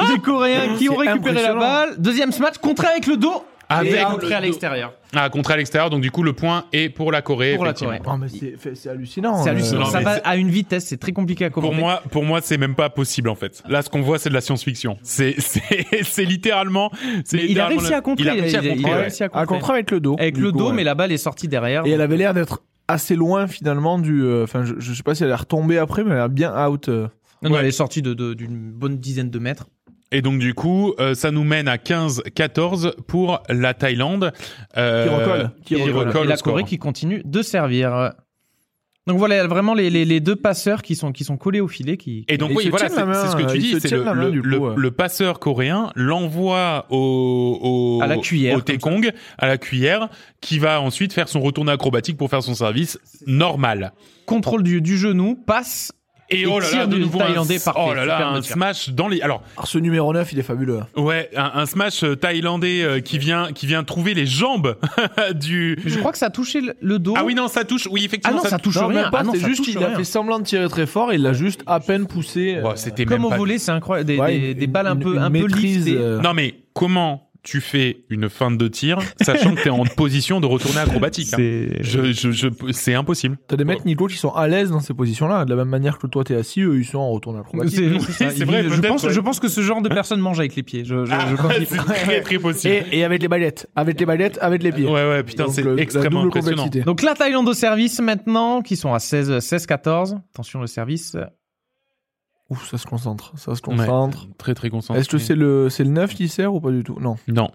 Speaker 3: Oh
Speaker 1: (gasps) Les Coréens qui ont
Speaker 4: C'est
Speaker 1: récupéré la
Speaker 4: impressionnant.
Speaker 1: balle. Deuxième match, contré avec le dos. (laughs)
Speaker 3: Avec
Speaker 1: et
Speaker 3: le
Speaker 1: contré à
Speaker 3: dos.
Speaker 1: l'extérieur.
Speaker 3: Ah, contre à l'extérieur. Donc du coup, le point est pour la Corée.
Speaker 1: Pour la
Speaker 3: effectivement.
Speaker 1: Corée.
Speaker 4: Oh, mais c'est- fait- c'est hallucinant.
Speaker 1: C'est
Speaker 4: euh,
Speaker 1: hallucinant.
Speaker 3: non,
Speaker 1: Ça
Speaker 3: Oh mais
Speaker 1: va
Speaker 3: c'est-
Speaker 1: à une vitesse, c'est très compliqué à
Speaker 3: Pour
Speaker 1: commenter.
Speaker 3: moi, pour moi, c'est même pas possible en fait. Là, ce qu'on voit, c'est de la science-fiction. C'est, (laughs) c'est, c'est littéralement. c'est
Speaker 1: Mais il a
Speaker 3: littéralement
Speaker 1: réussi
Speaker 3: la-
Speaker 1: à contrer.
Speaker 3: Il a réussi à
Speaker 1: il a- il
Speaker 3: contrer,
Speaker 1: a
Speaker 3: ouais.
Speaker 1: réussi à
Speaker 4: À
Speaker 1: contrer.
Speaker 4: contre avec le dos.
Speaker 1: Avec
Speaker 4: du
Speaker 1: le
Speaker 4: coup,
Speaker 1: dos,
Speaker 4: ouais.
Speaker 1: mais la balle est sortie derrière.
Speaker 4: Et elle avait l'air d'être assez loin finalement du. euh, Enfin, je, je sais pas si elle est retombée après, mais elle a bien out. euh.
Speaker 1: Non, non,
Speaker 3: Ouais.
Speaker 1: elle est sortie de- de- d'une bonne dizaine de mètres.
Speaker 3: Et donc du coup, euh, ça nous mène à 15-14 pour la Thaïlande. Euh,
Speaker 4: Qui recolle. Qui
Speaker 3: qui
Speaker 1: et,
Speaker 3: recolle.
Speaker 1: et la
Speaker 3: au score.
Speaker 1: Corée qui continue de servir. Donc voilà, vraiment les, les- les deux passeurs qui sont, qui sont collés au filet. Qui,
Speaker 3: Et donc
Speaker 4: Ils
Speaker 3: oui,
Speaker 4: se
Speaker 3: voilà, c'est
Speaker 4: tiennent la
Speaker 3: c'est ce que
Speaker 4: main,
Speaker 3: tu
Speaker 4: ils
Speaker 3: dis,
Speaker 4: se
Speaker 3: c'est
Speaker 4: tiennent
Speaker 3: le,
Speaker 4: la main,
Speaker 3: le-
Speaker 4: du
Speaker 3: le-
Speaker 4: coup, ouais.
Speaker 3: le passeur coréen l'envoie au, au
Speaker 1: À la cuillère,
Speaker 3: au
Speaker 1: comme
Speaker 3: tekong, à la cuillère, qui va ensuite faire son retourné acrobatique pour faire son service normal.
Speaker 1: Contrôle du, du genou, passe.
Speaker 3: Et,
Speaker 1: Et
Speaker 3: oh là
Speaker 1: tire
Speaker 3: là, de
Speaker 1: du
Speaker 3: nouveau
Speaker 1: Thaïlandais,
Speaker 3: un,
Speaker 1: parfait,
Speaker 3: oh là là,
Speaker 1: superbe
Speaker 3: un
Speaker 1: tir.
Speaker 3: smash dans les. Alors
Speaker 4: Alors, ce numéro 9, il est fabuleux.
Speaker 3: ouais, un, un smash euh, thaïlandais euh, qui vient qui vient trouver les jambes (laughs) du.
Speaker 1: Mais Je crois que ça a touché le, le dos.
Speaker 3: Ah oui non, ça touche. Oui
Speaker 1: Ah
Speaker 3: effectivement.
Speaker 1: non, ça touche
Speaker 4: Non,
Speaker 1: rien.
Speaker 4: même pas,
Speaker 1: Ah non,
Speaker 4: c'est
Speaker 1: ça
Speaker 4: juste
Speaker 1: touche
Speaker 4: qu'il
Speaker 1: rien.
Speaker 4: a fait semblant de tirer très fort et il l'a juste à peine poussé. euh,
Speaker 3: Bon, c'était
Speaker 1: Comme
Speaker 3: même
Speaker 1: au
Speaker 3: pas-
Speaker 1: volet, c'est incroyable. Des,
Speaker 4: ouais,
Speaker 1: des-
Speaker 4: une-
Speaker 1: des balles un
Speaker 4: une-
Speaker 1: peu,
Speaker 4: une
Speaker 1: un peu
Speaker 4: maîtrise,
Speaker 1: liftées.
Speaker 4: euh,
Speaker 3: Non mais comment tu fais une feinte de tir sachant que t'es
Speaker 4: (laughs)
Speaker 3: en position de retourner acrobatique hein
Speaker 1: C'est-
Speaker 3: Je- je- je- c'est impossible.
Speaker 4: T'as des mecs, Nico, qui sont à l'aise dans ces positions-là. De la même manière que toi, t'es assis, eux, ils sont en retourne acrobatique.
Speaker 1: C'est
Speaker 3: c'est
Speaker 1: ça. Il-
Speaker 3: vrai,
Speaker 1: je,
Speaker 3: peut-être,
Speaker 1: pense,
Speaker 3: ouais.
Speaker 1: je pense que ce genre de personne mange avec les pieds. Je, je- je pense qu'il-
Speaker 3: (laughs) c'est très très possible.
Speaker 4: Et, et avec les baguettes. Avec les baguettes, avec les pieds.
Speaker 3: Ouais, ouais, putain,
Speaker 4: Donc,
Speaker 3: c'est
Speaker 4: le- la
Speaker 3: extrêmement
Speaker 4: double
Speaker 3: impressionnant.
Speaker 1: (laughs)
Speaker 4: complexité.
Speaker 1: Donc la Thaïlande au service maintenant, qui sont à 16, 16 14. Attention le service. euh,
Speaker 4: Ouf, ça se concentre. Ça se concentre.
Speaker 3: Très, très concentré.
Speaker 4: Est-ce que c'est le, c'est le 9 qui sert ou pas du tout Non.
Speaker 3: Non.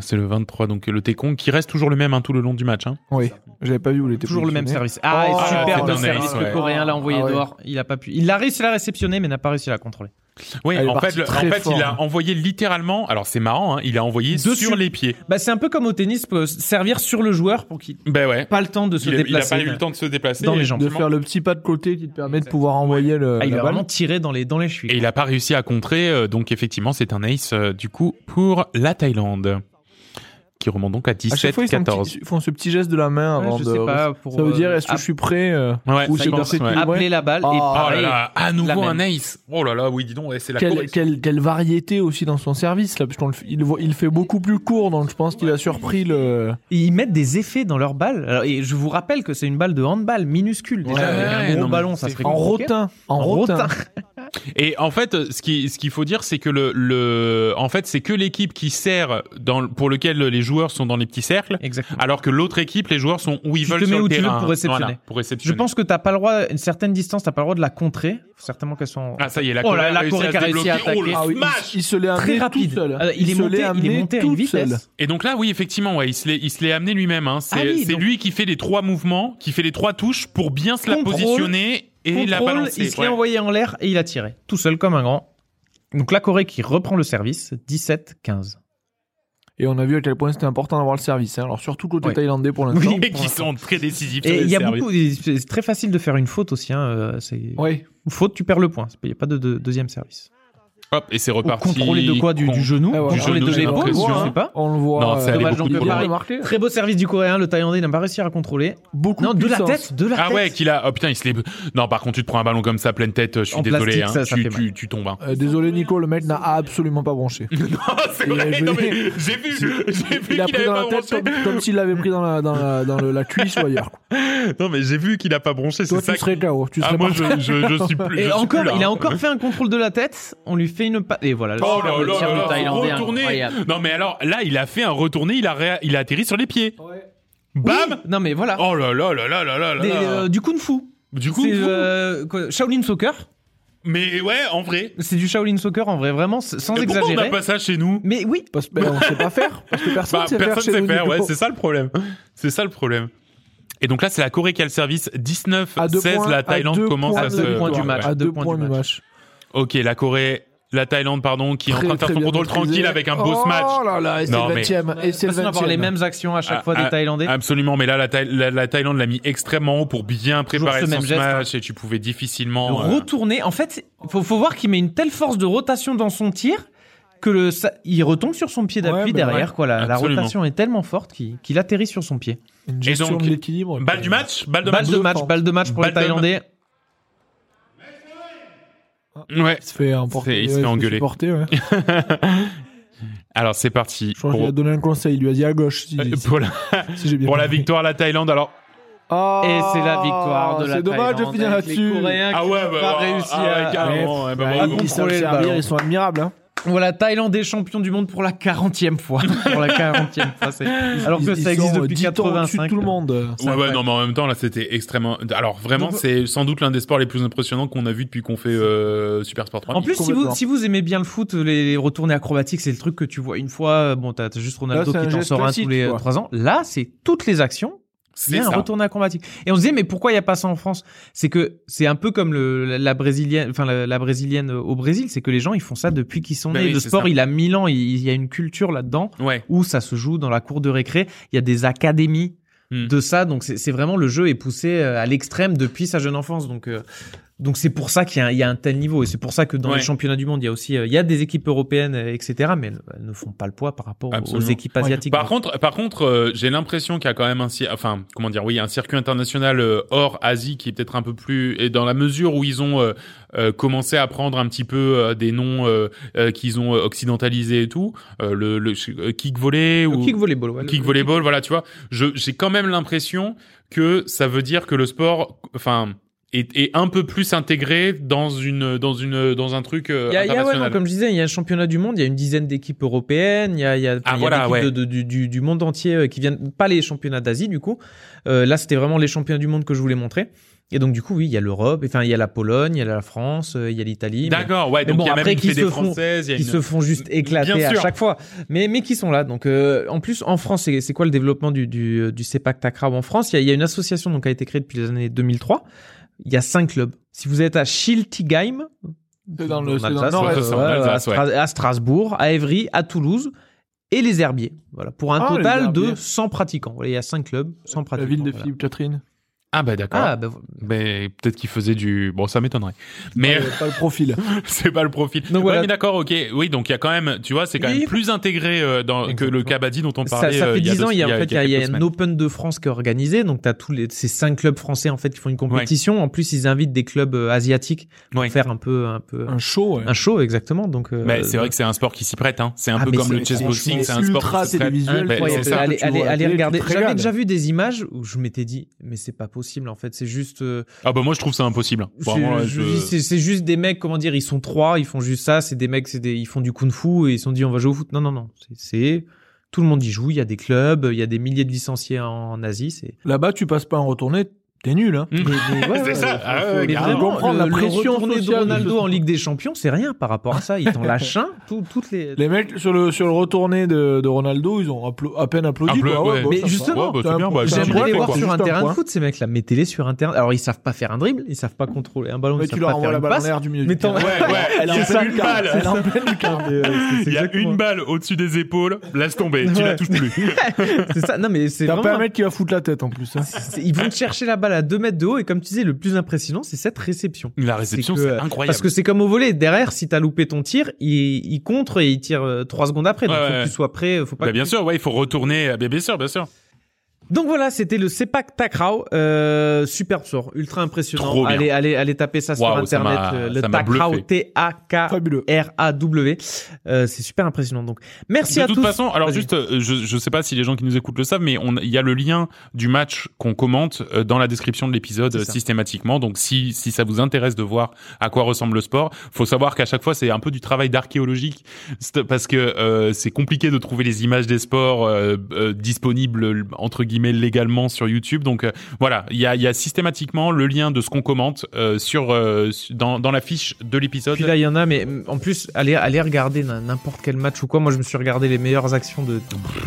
Speaker 3: C'est le 23, donc le Tekong, qui reste toujours le même hein, tout le long du match. Hein.
Speaker 4: Oui. J'avais pas vu où il était.
Speaker 1: Toujours le même
Speaker 4: positionné.
Speaker 1: service. Ah,
Speaker 4: Oh,
Speaker 1: et
Speaker 4: ah,
Speaker 1: superbe
Speaker 3: c'est un
Speaker 1: service.
Speaker 3: ace,
Speaker 1: Le
Speaker 3: ouais.
Speaker 1: Coréen l'a envoyé
Speaker 4: Ah ouais.
Speaker 1: dehors. Il a pas pu. Il a réussi à la réceptionner, mais n'a pas réussi à la contrôler.
Speaker 3: Oui,
Speaker 4: Elle est
Speaker 3: en fait,
Speaker 4: partie
Speaker 3: le- en
Speaker 4: très
Speaker 3: fait, il a
Speaker 4: fort.
Speaker 3: envoyé littéralement. Alors c'est marrant, hein, il a envoyé
Speaker 1: Dessus.
Speaker 3: sur les pieds.
Speaker 1: Bah, c'est un peu comme au tennis, peut servir sur le joueur pour qu'il
Speaker 3: Ben ouais.
Speaker 1: n'ait pas le temps de se
Speaker 3: il, a- il a
Speaker 1: déplacer.
Speaker 3: pas eu le temps de se déplacer
Speaker 1: Dans les
Speaker 3: et
Speaker 1: jambes.
Speaker 4: de
Speaker 3: effectivement-
Speaker 4: faire le petit pas de côté qui te permet de pouvoir envoyer le.
Speaker 1: Ah, il a
Speaker 4: la balle.
Speaker 1: vraiment tiré dans les, dans les chevilles.
Speaker 3: Et il n'a pas réussi à contrer, euh, donc effectivement c'est un ace euh, du coup pour la Thaïlande, qui remonte donc à
Speaker 4: À chaque fois, ils font,
Speaker 3: 17-14.
Speaker 4: petit- ils font ce petit geste de la main
Speaker 1: Ouais,
Speaker 4: avant
Speaker 1: je
Speaker 4: de.
Speaker 1: sais pas, pour,
Speaker 4: ça veut dire,
Speaker 1: euh,
Speaker 4: est-ce que je suis prêt euh,
Speaker 3: Ouais,
Speaker 4: ou
Speaker 3: je
Speaker 4: c'est
Speaker 3: pense,
Speaker 4: dans cette
Speaker 3: ouais.
Speaker 4: ligne
Speaker 1: appeler la balle
Speaker 4: Oh
Speaker 1: et
Speaker 3: Oh là
Speaker 1: pareil.
Speaker 3: là, à nouveau
Speaker 1: la
Speaker 3: un
Speaker 1: même.
Speaker 3: ace. Oh là là, oui, dis donc, ouais, c'est la
Speaker 4: quelle,
Speaker 3: Corée.
Speaker 4: quelle- quelle variété aussi dans son service là, parce qu'on le fait- il, voit- il fait beaucoup plus court, donc je pense qu'il a surpris le.
Speaker 1: Et Ils mettent des effets dans leurs balles. Alors, et je vous rappelle que c'est une balle de handball minuscule. Déjà,
Speaker 4: Ouais,
Speaker 1: avec
Speaker 3: ouais,
Speaker 1: un gros
Speaker 3: non, mais
Speaker 1: ballon, ça
Speaker 3: c'est
Speaker 1: serait
Speaker 4: En
Speaker 1: compliqué.
Speaker 4: rotin, en,
Speaker 1: En
Speaker 4: rotin.
Speaker 1: (laughs) rotin.
Speaker 3: Et en fait, euh, ce qui ce qu'il faut dire, c'est que le, le en fait, c'est que l'équipe qui sert dans le- pour lequel les joueurs sont dans les petits cercles,
Speaker 1: Exactement.
Speaker 3: alors que l'autre équipe, les joueurs sont où ils
Speaker 1: Tu
Speaker 3: veulent
Speaker 1: te mets
Speaker 3: sur le
Speaker 1: où tu veux
Speaker 3: terrain.
Speaker 1: pour réceptionner.
Speaker 3: Voilà, pour réceptionner.
Speaker 1: Je pense que t'as pas le droit, une certaine distance, t'as pas le droit de la contrer. Faut certainement qu'elles sont.
Speaker 3: Ah ça y est, la
Speaker 1: Oh
Speaker 3: Corée
Speaker 1: là,
Speaker 3: a
Speaker 1: la
Speaker 3: réussi
Speaker 1: Corée
Speaker 3: à
Speaker 1: qui a
Speaker 3: se
Speaker 1: réussi à
Speaker 3: débloquer. Oh, le
Speaker 4: Ah oui,
Speaker 3: smash
Speaker 4: il, il se l'est amené
Speaker 1: Très
Speaker 4: tout
Speaker 1: rapide.
Speaker 4: seul.
Speaker 1: Alors, Ah, il, est
Speaker 4: se
Speaker 1: monté,
Speaker 4: l'est
Speaker 1: il est
Speaker 4: amené
Speaker 1: monté à
Speaker 4: tout
Speaker 1: une vitesse.
Speaker 4: seul.
Speaker 3: Et donc là, oui, effectivement, ouais, il se l'est- il se l'est amené lui-même. Hein. C'est
Speaker 1: Ah oui,
Speaker 3: c'est
Speaker 1: donc-
Speaker 3: lui qui fait les trois mouvements, qui fait les trois touches pour bien se la
Speaker 1: Contrôle,
Speaker 3: positionner et la
Speaker 1: Contrôle,
Speaker 3: balancer.
Speaker 1: il se l'est
Speaker 3: Ouais.
Speaker 1: envoyé en l'air et il a tiré. Tout seul comme un grand. Donc la Corée qui reprend le service, 17-15.
Speaker 4: Et on a vu à quel point c'était important d'avoir le service. hein. Alors surtout côté
Speaker 1: Ouais.
Speaker 4: thaïlandais pour l'instant.
Speaker 1: Oui.
Speaker 3: (laughs) Et qui sont très décisifs. sur
Speaker 1: Et
Speaker 3: les
Speaker 1: il y a
Speaker 3: services.
Speaker 1: beaucoup, c'est très facile de faire une faute aussi. Hein, euh, c'est-
Speaker 4: Ouais.
Speaker 1: Faute, tu perds le point. Il n'y a pas de, de- deuxième service.
Speaker 3: Hop, et c'est
Speaker 1: Ou
Speaker 3: reparti.
Speaker 1: contrôler de quoi du,
Speaker 3: Con-
Speaker 1: du genou
Speaker 4: Ah ouais,
Speaker 1: Du
Speaker 4: on
Speaker 1: genou,
Speaker 4: le
Speaker 1: de
Speaker 4: voit,
Speaker 1: l'épaule,
Speaker 3: l'impression.
Speaker 1: je sais pas.
Speaker 4: On le voit.
Speaker 3: Non, ça
Speaker 4: euh,
Speaker 1: allait
Speaker 4: dommage,
Speaker 1: beaucoup
Speaker 4: on
Speaker 1: plus
Speaker 4: peut pas
Speaker 1: loin.
Speaker 4: remarquer.
Speaker 1: Très beau service du Coréen, le Thaïlandais n'a pas réussi à la contrôler.
Speaker 4: Beaucoup
Speaker 1: non, de la
Speaker 4: puissance.
Speaker 1: tête, de la
Speaker 3: Ah
Speaker 1: tête.
Speaker 3: ouais, qu'il a. Oh putain, il se l'est. Non, par contre, tu te prends un ballon comme ça, pleine tête. Je suis
Speaker 1: En
Speaker 3: désolé.
Speaker 1: plastique,
Speaker 3: hein.
Speaker 1: ça, ça
Speaker 3: tu,
Speaker 1: fait
Speaker 3: tu,
Speaker 1: (laughs)
Speaker 3: tu tombes. hein.
Speaker 4: Euh, désolé Nico, le mec n'a absolument pas branché.
Speaker 1: Ah,
Speaker 3: non, (laughs) c'est
Speaker 4: Il a
Speaker 3: vrai.
Speaker 4: joué-
Speaker 3: non, mais j'ai vu. J'ai vu
Speaker 4: Il
Speaker 3: qu'il
Speaker 4: a
Speaker 3: avait
Speaker 4: pris dans
Speaker 3: pas
Speaker 4: la tête
Speaker 3: bronché.
Speaker 4: comme, comme s'il l'avait pris dans la, dans la, dans le- la cuisse ou ailleurs. quoi.
Speaker 3: Non, mais j'ai vu qu'il a pas bronché. C'est
Speaker 4: Toi,
Speaker 3: ça.
Speaker 4: tu
Speaker 3: qui-
Speaker 4: serais KO. Tu
Speaker 3: Ah,
Speaker 4: serais
Speaker 3: moi,
Speaker 4: pas-
Speaker 3: je, je, je suis plus. je
Speaker 1: Et
Speaker 3: suis
Speaker 1: encore,
Speaker 3: plus là,
Speaker 1: il
Speaker 3: hein.
Speaker 1: a encore fait un contrôle de la tête. On lui fait une pa- Et voilà,
Speaker 3: Oh là
Speaker 1: le
Speaker 3: là
Speaker 1: tir
Speaker 3: là
Speaker 1: du
Speaker 3: là,
Speaker 1: Thaïlandais,
Speaker 3: retourné.
Speaker 1: incroyable.
Speaker 3: Non, mais alors là, il a fait un retourné. Il a, ré- il a atterri sur les pieds.
Speaker 1: Oui,
Speaker 3: Bam.
Speaker 1: Non mais voilà.
Speaker 3: Oh là là là là là là là.
Speaker 1: Des, euh, du kung fu.
Speaker 3: du coup,
Speaker 1: C'est
Speaker 3: fou.
Speaker 1: euh, quoi, Shaolin Soccer.
Speaker 3: mais ouais, en vrai.
Speaker 1: C'est du Shaolin Soccer en vrai, vraiment, s- sans
Speaker 3: Mais Pourquoi on n'a
Speaker 1: exagérer.
Speaker 3: pas ça chez nous
Speaker 1: Mais oui,
Speaker 4: Parce que ben, on sait pas faire. Parce que personne
Speaker 3: Bah,
Speaker 4: ne sait
Speaker 3: personne
Speaker 4: faire. chez
Speaker 3: sait
Speaker 4: nous,
Speaker 3: faire,
Speaker 4: Nico.
Speaker 3: ouais, c'est ça le problème. (laughs) C'est ça le problème. Et donc là, c'est la Corée qui a le service. 19,
Speaker 4: À deux
Speaker 3: 16,
Speaker 4: points-
Speaker 3: la
Speaker 4: à
Speaker 3: Thaïlande
Speaker 4: deux
Speaker 3: commence
Speaker 4: points
Speaker 3: à
Speaker 4: de
Speaker 3: se.
Speaker 1: deux points
Speaker 4: victoire.
Speaker 1: du match,
Speaker 4: À
Speaker 1: deux
Speaker 4: deux
Speaker 1: points
Speaker 4: points
Speaker 1: du
Speaker 4: du match.
Speaker 3: Ok, la Corée, la Thaïlande, pardon, qui est en train de faire
Speaker 4: Très,
Speaker 3: son
Speaker 4: très bien
Speaker 3: contrôle
Speaker 4: maîtrisé.
Speaker 3: tranquille avec un beau
Speaker 4: oh
Speaker 3: smash.
Speaker 4: là là, et c'est
Speaker 3: Non,
Speaker 4: le
Speaker 3: mais-
Speaker 4: 20ème. Et c'est
Speaker 1: ils
Speaker 4: le
Speaker 1: vont avoir
Speaker 4: 20e.
Speaker 1: les mêmes actions à chaque
Speaker 3: Ah,
Speaker 1: fois
Speaker 3: ah,
Speaker 1: des Thaïlandais.
Speaker 3: Absolument, mais là, la, Thaï- la- la Thaïlande l'a mis extrêmement haut pour bien préparer
Speaker 1: ce
Speaker 3: son
Speaker 1: même geste, hein.
Speaker 3: smash et tu pouvais difficilement. euh,
Speaker 1: Retourner, en fait, faut, faut voir qu'il met une telle force de rotation dans son tir que le, ça- il retombe sur son pied d'appui
Speaker 4: Ouais, bah
Speaker 1: derrière. Quoi, la, la
Speaker 3: Absolument.
Speaker 1: rotation est tellement forte qu'il qu'il atterrit sur son pied.
Speaker 4: Une gestion
Speaker 3: donc,
Speaker 4: de l'équilibre.
Speaker 3: Balle du match Balle de
Speaker 1: balle
Speaker 3: match
Speaker 1: de match,
Speaker 4: Bluffant.
Speaker 1: balle de match pour
Speaker 3: Balle
Speaker 1: les
Speaker 3: de ma-
Speaker 1: Thaïlandais.
Speaker 3: Ouais.
Speaker 4: Il se fait
Speaker 3: C'est-
Speaker 4: emporter.
Speaker 3: il se fait
Speaker 4: ouais,
Speaker 3: engueuler.
Speaker 4: supporter, ouais.
Speaker 3: Alors, c'est parti.
Speaker 4: Je crois
Speaker 3: pour-
Speaker 4: qu'il a donné un conseil. Il lui a dit à gauche.
Speaker 3: (laughs)
Speaker 4: Si,
Speaker 3: euh,
Speaker 4: si-
Speaker 3: pour la-
Speaker 4: si j'ai bien
Speaker 3: pour la
Speaker 4: compris.
Speaker 3: victoire, la Thaïlande. Alors,
Speaker 4: Ah,
Speaker 1: Et c'est la victoire de la
Speaker 4: C'est dommage de
Speaker 1: Thaïlande
Speaker 4: finir
Speaker 1: avec les
Speaker 4: là-dessus.
Speaker 1: Coréens qui
Speaker 3: Ah ouais,
Speaker 1: n'ont
Speaker 3: bah,
Speaker 1: pas
Speaker 3: ah,
Speaker 1: réussi
Speaker 3: ah ouais,
Speaker 1: à- Ah,
Speaker 3: carrément, ouais, bah,
Speaker 4: Ouais,
Speaker 3: bravo.
Speaker 4: ils savent
Speaker 1: Contrôler le
Speaker 4: servir,
Speaker 1: ballon.
Speaker 4: Ils sont admirables. hein.
Speaker 1: Voilà, Thaïlandais champion du monde pour la 40e fois. (laughs) pour la 40e fois, c'est- Alors que
Speaker 4: Ils- ils
Speaker 1: ça existe
Speaker 4: sont, euh,
Speaker 1: depuis
Speaker 4: 10 ans au-dessus de
Speaker 1: 85.
Speaker 4: tout le monde.
Speaker 1: C'est
Speaker 3: Ouais, ouais,
Speaker 1: incroyable.
Speaker 3: non, mais en même temps, là, c'était extrêmement. Alors, vraiment,
Speaker 1: Donc-
Speaker 3: c'est sans doute l'un des sports les plus impressionnants qu'on a vu depuis qu'on fait euh, Super Sport 3.
Speaker 1: En plus, si vous,
Speaker 4: Complètement.
Speaker 1: si vous aimez bien le foot, les, les retournées acrobatiques, c'est le truc que tu vois une fois. euh, Bon, t'as t'as juste Ronaldo
Speaker 4: c'est un
Speaker 1: qui t'en
Speaker 4: geste
Speaker 1: sort un tous
Speaker 4: classique,
Speaker 1: les
Speaker 4: quoi.
Speaker 1: 3 ans. Là, c'est toutes les actions. Il y
Speaker 3: c'est
Speaker 1: a un
Speaker 3: ça.
Speaker 1: retourné acrobatique. Et on se disait, mais pourquoi il n'y a pas ça en France C'est que c'est un peu comme le, la, la brésilienne, enfin la, la brésilienne au Brésil, c'est que les gens ils font ça depuis qu'ils sont
Speaker 4: Bah
Speaker 3: Ben
Speaker 1: nés.
Speaker 3: oui,
Speaker 1: le
Speaker 3: c'est
Speaker 1: sport,
Speaker 3: ça.
Speaker 1: il a mille ans, il, il y a une culture là-dedans
Speaker 3: Ouais.
Speaker 1: où ça se joue dans la cour de récré. Il y a des académies
Speaker 3: Hmm.
Speaker 1: de ça, donc c'est c'est vraiment le jeu est poussé euh, à l'extrême depuis sa jeune enfance. Donc euh, donc c'est pour ça qu'il y, a un- il y a un tel niveau et c'est pour ça que dans
Speaker 3: Ouais.
Speaker 1: les championnats du monde, il y a aussi euh, il y a des équipes européennes, euh, etc. Mais elles, elles ne font pas le poids par rapport aux-
Speaker 3: Absolument.
Speaker 1: aux équipes
Speaker 4: Ouais.
Speaker 1: asiatiques.
Speaker 3: Par contre, par contre, euh, j'ai l'impression qu'il y a quand même un, cir- enfin, comment dire, oui, un circuit international euh, hors Asie qui est peut-être un peu plus, et dans la mesure où ils ont euh, euh, commencé à prendre un petit peu euh, des noms euh, euh, qu'ils ont euh, occidentalisés et tout, euh, le, le euh, kick volley
Speaker 1: Le
Speaker 3: ou
Speaker 1: kick volleyball, ouais, le-
Speaker 3: kick volleyball, voilà, tu vois. Je j'ai quand même l'impression que ça veut dire que le sport, enfin, est, est un peu plus intégré dans une dans une dans un truc euh,
Speaker 1: Il y a, il y a- ouais,
Speaker 3: international.
Speaker 1: non, comme je disais, il y a un championnat du monde, il y a une dizaine d'équipes européennes, il y a, il y a, enfin,
Speaker 3: Ah,
Speaker 1: il y a
Speaker 3: voilà,
Speaker 1: des équipes
Speaker 3: ouais.
Speaker 1: de- de- du, du- du monde entier euh, qui viennent, pas les championnats d'Asie du coup. Euh, là, c'était vraiment les championnats du monde que je voulais montrer. Et donc, du coup, oui, il y a l'Europe, enfin, il y a la Pologne, il y a la France, euh, il y a l'Italie. mais
Speaker 3: D'accord, ouais.
Speaker 1: Mais
Speaker 3: Donc
Speaker 1: bon,
Speaker 3: il y a
Speaker 1: après,
Speaker 3: même une
Speaker 1: qui
Speaker 3: fédé
Speaker 1: se font-
Speaker 3: française, il y a
Speaker 1: Qui
Speaker 3: une-
Speaker 1: se font juste éclater
Speaker 3: Bien
Speaker 1: à
Speaker 3: sûr.
Speaker 1: chaque fois, mais mais qui sont là. Donc euh, en plus en France, c'est c'est quoi le développement du du, euh, du Sepak Takraw en France il y, a, il y a une association donc qui a été créée depuis les années 2003. Il y a cinq clubs. Si vous êtes à Schiltigheim,
Speaker 4: C'est dans le,
Speaker 1: En
Speaker 4: c'est dans le
Speaker 1: Alsace,
Speaker 4: nord-est.
Speaker 3: ouais, ça, en
Speaker 1: Ouais,
Speaker 3: Alsace,
Speaker 1: à, Stra- à Strasbourg, à Évry, à Toulouse et les Herbiers. Voilà, pour un
Speaker 4: Ah, les
Speaker 1: total de
Speaker 4: Herbiers.
Speaker 1: 100 pratiquants. Voilà, il y a 5 clubs, 100
Speaker 4: La
Speaker 1: pratiquants.
Speaker 4: ville de
Speaker 1: voilà.
Speaker 4: Philippe Catherine.
Speaker 3: Ah bah d'accord.
Speaker 1: Ah, bah, vo-
Speaker 3: Mais peut-être qu'il faisait du. Bon, ça m'étonnerait. Mais
Speaker 4: Ouais, pas le profil.
Speaker 3: (laughs) c'est pas le profil.
Speaker 1: Donc
Speaker 3: Ouais,
Speaker 1: voilà.
Speaker 3: mais d'accord, ok. Oui, donc il y a quand même, tu vois, c'est quand
Speaker 1: Oui.
Speaker 3: même plus intégré euh, dans, que le
Speaker 1: Exactement.
Speaker 3: Kabaddi dont on
Speaker 1: ça,
Speaker 3: parlait.
Speaker 1: ça
Speaker 3: euh,
Speaker 1: fait 10
Speaker 3: deux-
Speaker 1: ans, il y a, en fait, il y a- il y a
Speaker 3: quelques
Speaker 1: un
Speaker 3: semaines.
Speaker 1: Open de France qui est organisé. Donc, tu as tous les, ces 5 clubs français en fait, qui font une compétition. En plus, ils invitent des clubs euh, asiatiques pour
Speaker 3: Ouais.
Speaker 1: faire un peu, un peu
Speaker 4: Un show. ouais.
Speaker 1: un show, exactement. Donc, euh,
Speaker 3: Mais c'est vrai que c'est un sport qui s'y prête. Hein. C'est un
Speaker 1: Ah,
Speaker 3: peu
Speaker 1: mais
Speaker 3: comme le
Speaker 1: c'est- franchement,
Speaker 3: chessboxing, c'est un sport
Speaker 4: ultra
Speaker 3: qui s'y prête.
Speaker 4: télévisuel,
Speaker 3: Ouais, bah,
Speaker 1: Ouais,
Speaker 3: c'est
Speaker 1: allez,
Speaker 3: ça.
Speaker 1: allez,
Speaker 4: que tu vois à la
Speaker 1: allez
Speaker 4: télé, tu
Speaker 1: regarder.
Speaker 4: te
Speaker 1: J'avais
Speaker 4: régales.
Speaker 1: déjà vu des images où je m'étais dit, mais c'est pas possible en fait. C'est juste, euh,
Speaker 3: Ah bah moi je trouve ça impossible.
Speaker 1: c'est
Speaker 3: Vraiment, là,
Speaker 1: je
Speaker 3: je-
Speaker 1: dis, c'est- c'est juste des mecs, comment dire, ils sont trois, ils font juste ça. C'est des mecs, c'est des, ils font du kung-fu et ils se sont dit on va jouer au foot. Non, non, non. C'est- C'est tout le monde y joue. Il y a des clubs, il y a des milliers de licenciés en, en Asie.
Speaker 4: (laughs)
Speaker 1: C'est
Speaker 4: Là-bas, tu passes pas en retournée, t'es nul. Hein.
Speaker 3: Mm.
Speaker 1: ouais,
Speaker 3: C'est ça.
Speaker 1: faut-
Speaker 3: Ah
Speaker 1: faut
Speaker 3: ouais,
Speaker 1: les
Speaker 3: carrément.
Speaker 1: vraiment-
Speaker 4: Comprendre la
Speaker 1: le- le
Speaker 4: pression
Speaker 1: retourné de
Speaker 4: sociale.
Speaker 1: Ronaldo en Ligue des Champions, c'est rien par rapport à ça. Ils
Speaker 4: (laughs)
Speaker 1: t'en lâchent un. tout- toutes les.
Speaker 4: Les mecs, sur le, sur le retourné de, de Ronaldo, ils ont appla- à peine applaudi.
Speaker 3: Applaudi,
Speaker 4: quoi.
Speaker 3: ouais.
Speaker 4: bon,
Speaker 1: Mais
Speaker 4: ça
Speaker 1: justement,
Speaker 4: va.
Speaker 3: Ouais, bah,
Speaker 4: C'est
Speaker 3: c'est
Speaker 4: un
Speaker 3: bien,
Speaker 4: pro-
Speaker 3: bah,
Speaker 4: c'est un
Speaker 3: si
Speaker 1: J'aimerais
Speaker 3: tu
Speaker 4: point,
Speaker 1: les
Speaker 3: fais,
Speaker 1: voir
Speaker 4: quoi.
Speaker 1: sur
Speaker 4: Juste
Speaker 1: un
Speaker 4: un
Speaker 1: terrain de
Speaker 4: point.
Speaker 1: foot, ces mecs-là. Mettez-les sur un terrain. Alors, ils savent pas faire un dribble, ils savent pas contrôler un ballon,
Speaker 4: Mais
Speaker 1: ils
Speaker 4: tu
Speaker 1: savent
Speaker 4: leur
Speaker 1: pas
Speaker 4: envoies
Speaker 1: faire
Speaker 4: la
Speaker 1: une
Speaker 4: balle en
Speaker 1: passe.
Speaker 4: l'air du milieu
Speaker 1: Mais
Speaker 4: du terrain.
Speaker 1: t'en-
Speaker 3: Ouais, ouais.
Speaker 1: (laughs)
Speaker 4: Elle est
Speaker 3: Il y
Speaker 4: en
Speaker 3: a
Speaker 4: pleine
Speaker 3: une
Speaker 4: lucarne,
Speaker 3: balle.
Speaker 4: Elle est en pleine lucarne.
Speaker 1: euh,
Speaker 3: Il y a une balle au-dessus des épaules, laisse tomber, tu la touches plus.
Speaker 1: (laughs) C'est ça. Non, mais c'est
Speaker 4: T'as
Speaker 1: vraiment.
Speaker 4: pas un mec qui va foutre la tête en plus. hein.
Speaker 1: C'est- Ils vont te chercher la balle à 2 mètres de haut et comme tu disais, le plus impressionnant, c'est cette réception.
Speaker 3: La réception,
Speaker 1: C'est que- euh,
Speaker 3: c'est incroyable.
Speaker 1: Parce que c'est comme au volet. Derrière, si t'as loupé ton tir, il, il contre et il tire 3 secondes après. Donc,
Speaker 3: Ouais,
Speaker 1: faut
Speaker 3: ouais.
Speaker 1: que tu sois prêt. euh, Faut pas
Speaker 3: Bah,
Speaker 1: que
Speaker 3: bien
Speaker 1: tu-
Speaker 3: sûr, ouais, il faut retourner. euh, Bien sûr, bien sûr.
Speaker 1: Donc voilà, c'était le Sepak Takraw. Euh, superbe sort, ultra impressionnant.
Speaker 3: Trop bien.
Speaker 1: Allez, allez, allez taper ça sur
Speaker 3: Waouh, ça
Speaker 1: internet.
Speaker 3: m'a-
Speaker 1: euh, le
Speaker 3: ça m'a
Speaker 1: Takraw,
Speaker 3: bluffé.
Speaker 1: T-A-K.
Speaker 4: Fabuleux.
Speaker 1: R-A-W. Euh, c'est super impressionnant. Donc, merci
Speaker 3: de
Speaker 1: à
Speaker 3: toute
Speaker 1: tous.
Speaker 3: façon, alors
Speaker 1: Vas-y.
Speaker 3: juste, euh, je je sais pas si les gens qui nous écoutent le savent, mais on il y a le lien du match qu'on commente euh, dans la description de l'épisode
Speaker 1: C'est
Speaker 3: euh,
Speaker 1: ça.
Speaker 3: systématiquement. Donc si si ça vous intéresse de voir à quoi ressemble le sport, faut savoir qu'à chaque fois c'est un peu du travail d'archéologique C'est- parce que euh, c'est compliqué de trouver les images des sports euh, euh, disponibles entre guillemets légalement sur YouTube. Donc euh, voilà, il y a il y a systématiquement le lien de ce qu'on commente euh, sur euh, su- dans dans la fiche de l'épisode.
Speaker 1: Puis là, il y en a, mais mm, en plus, allez, allez regarder n- n'importe quel match ou quoi. Moi, je me suis regardé les meilleures actions de.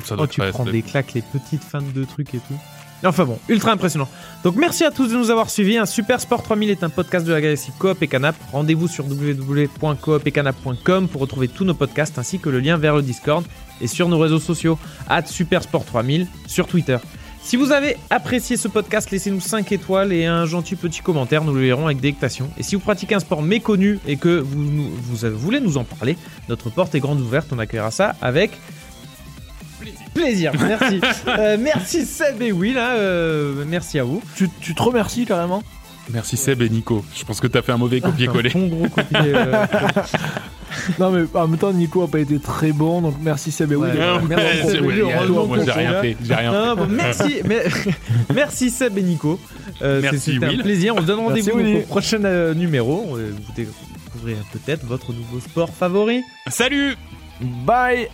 Speaker 3: Ça doit
Speaker 1: Oh, tu
Speaker 3: être-
Speaker 1: prends des claques, les petites fins de trucs et tout. Enfin bon, ultra impressionnant. Donc, merci à tous de nous avoir suivis. Un Super Sport 3000 est un podcast de la galaxie Coop et Canap. Rendez-vous sur www.coopetcanap.com pour retrouver tous nos podcasts ainsi que le lien vers le Discord et sur nos réseaux sociaux, at Supersport 3000 sur Twitter. Si vous avez apprécié ce podcast, laissez-nous 5 étoiles et un gentil petit commentaire, nous le lirons avec délectation. Et si vous pratiquez un sport méconnu et que vous, nous- vous voulez nous en parler, notre porte est grande ouverte, on accueillera ça avec plaisir. Merci. Euh, merci Seb et Will, hein, euh, merci à vous.
Speaker 4: Tu, tu te remercies carrément.
Speaker 3: Merci Seb et Nico. Je pense que t'as fait
Speaker 1: (laughs)
Speaker 3: un mauvais copier-coller.
Speaker 1: Un bon gros copier, euh,
Speaker 4: Non mais en même temps Nico a pas été très bon donc merci Seb et Will.
Speaker 1: Ouais,
Speaker 3: Non,
Speaker 1: ouais,
Speaker 3: mais
Speaker 1: merci,
Speaker 3: c'est-
Speaker 1: Seb et
Speaker 3: Ah ouais,
Speaker 1: Will, heureusement
Speaker 3: Moi,
Speaker 1: qu'on
Speaker 3: j'ai
Speaker 1: s'est là. Hein
Speaker 3: rien fait. J'ai rien fait.
Speaker 1: Non, non, bon, merci, mais- (laughs) merci Seb et Nico. Euh, c'est-
Speaker 3: Merci,
Speaker 1: C'était un
Speaker 3: Will.
Speaker 1: plaisir. On se donne
Speaker 4: Merci,
Speaker 1: rendez-vous
Speaker 4: Willy.
Speaker 1: donc au prochain euh, numéro. Euh, Vous découvrirez peut-être votre nouveau sport favori.
Speaker 3: Salut
Speaker 4: Bye.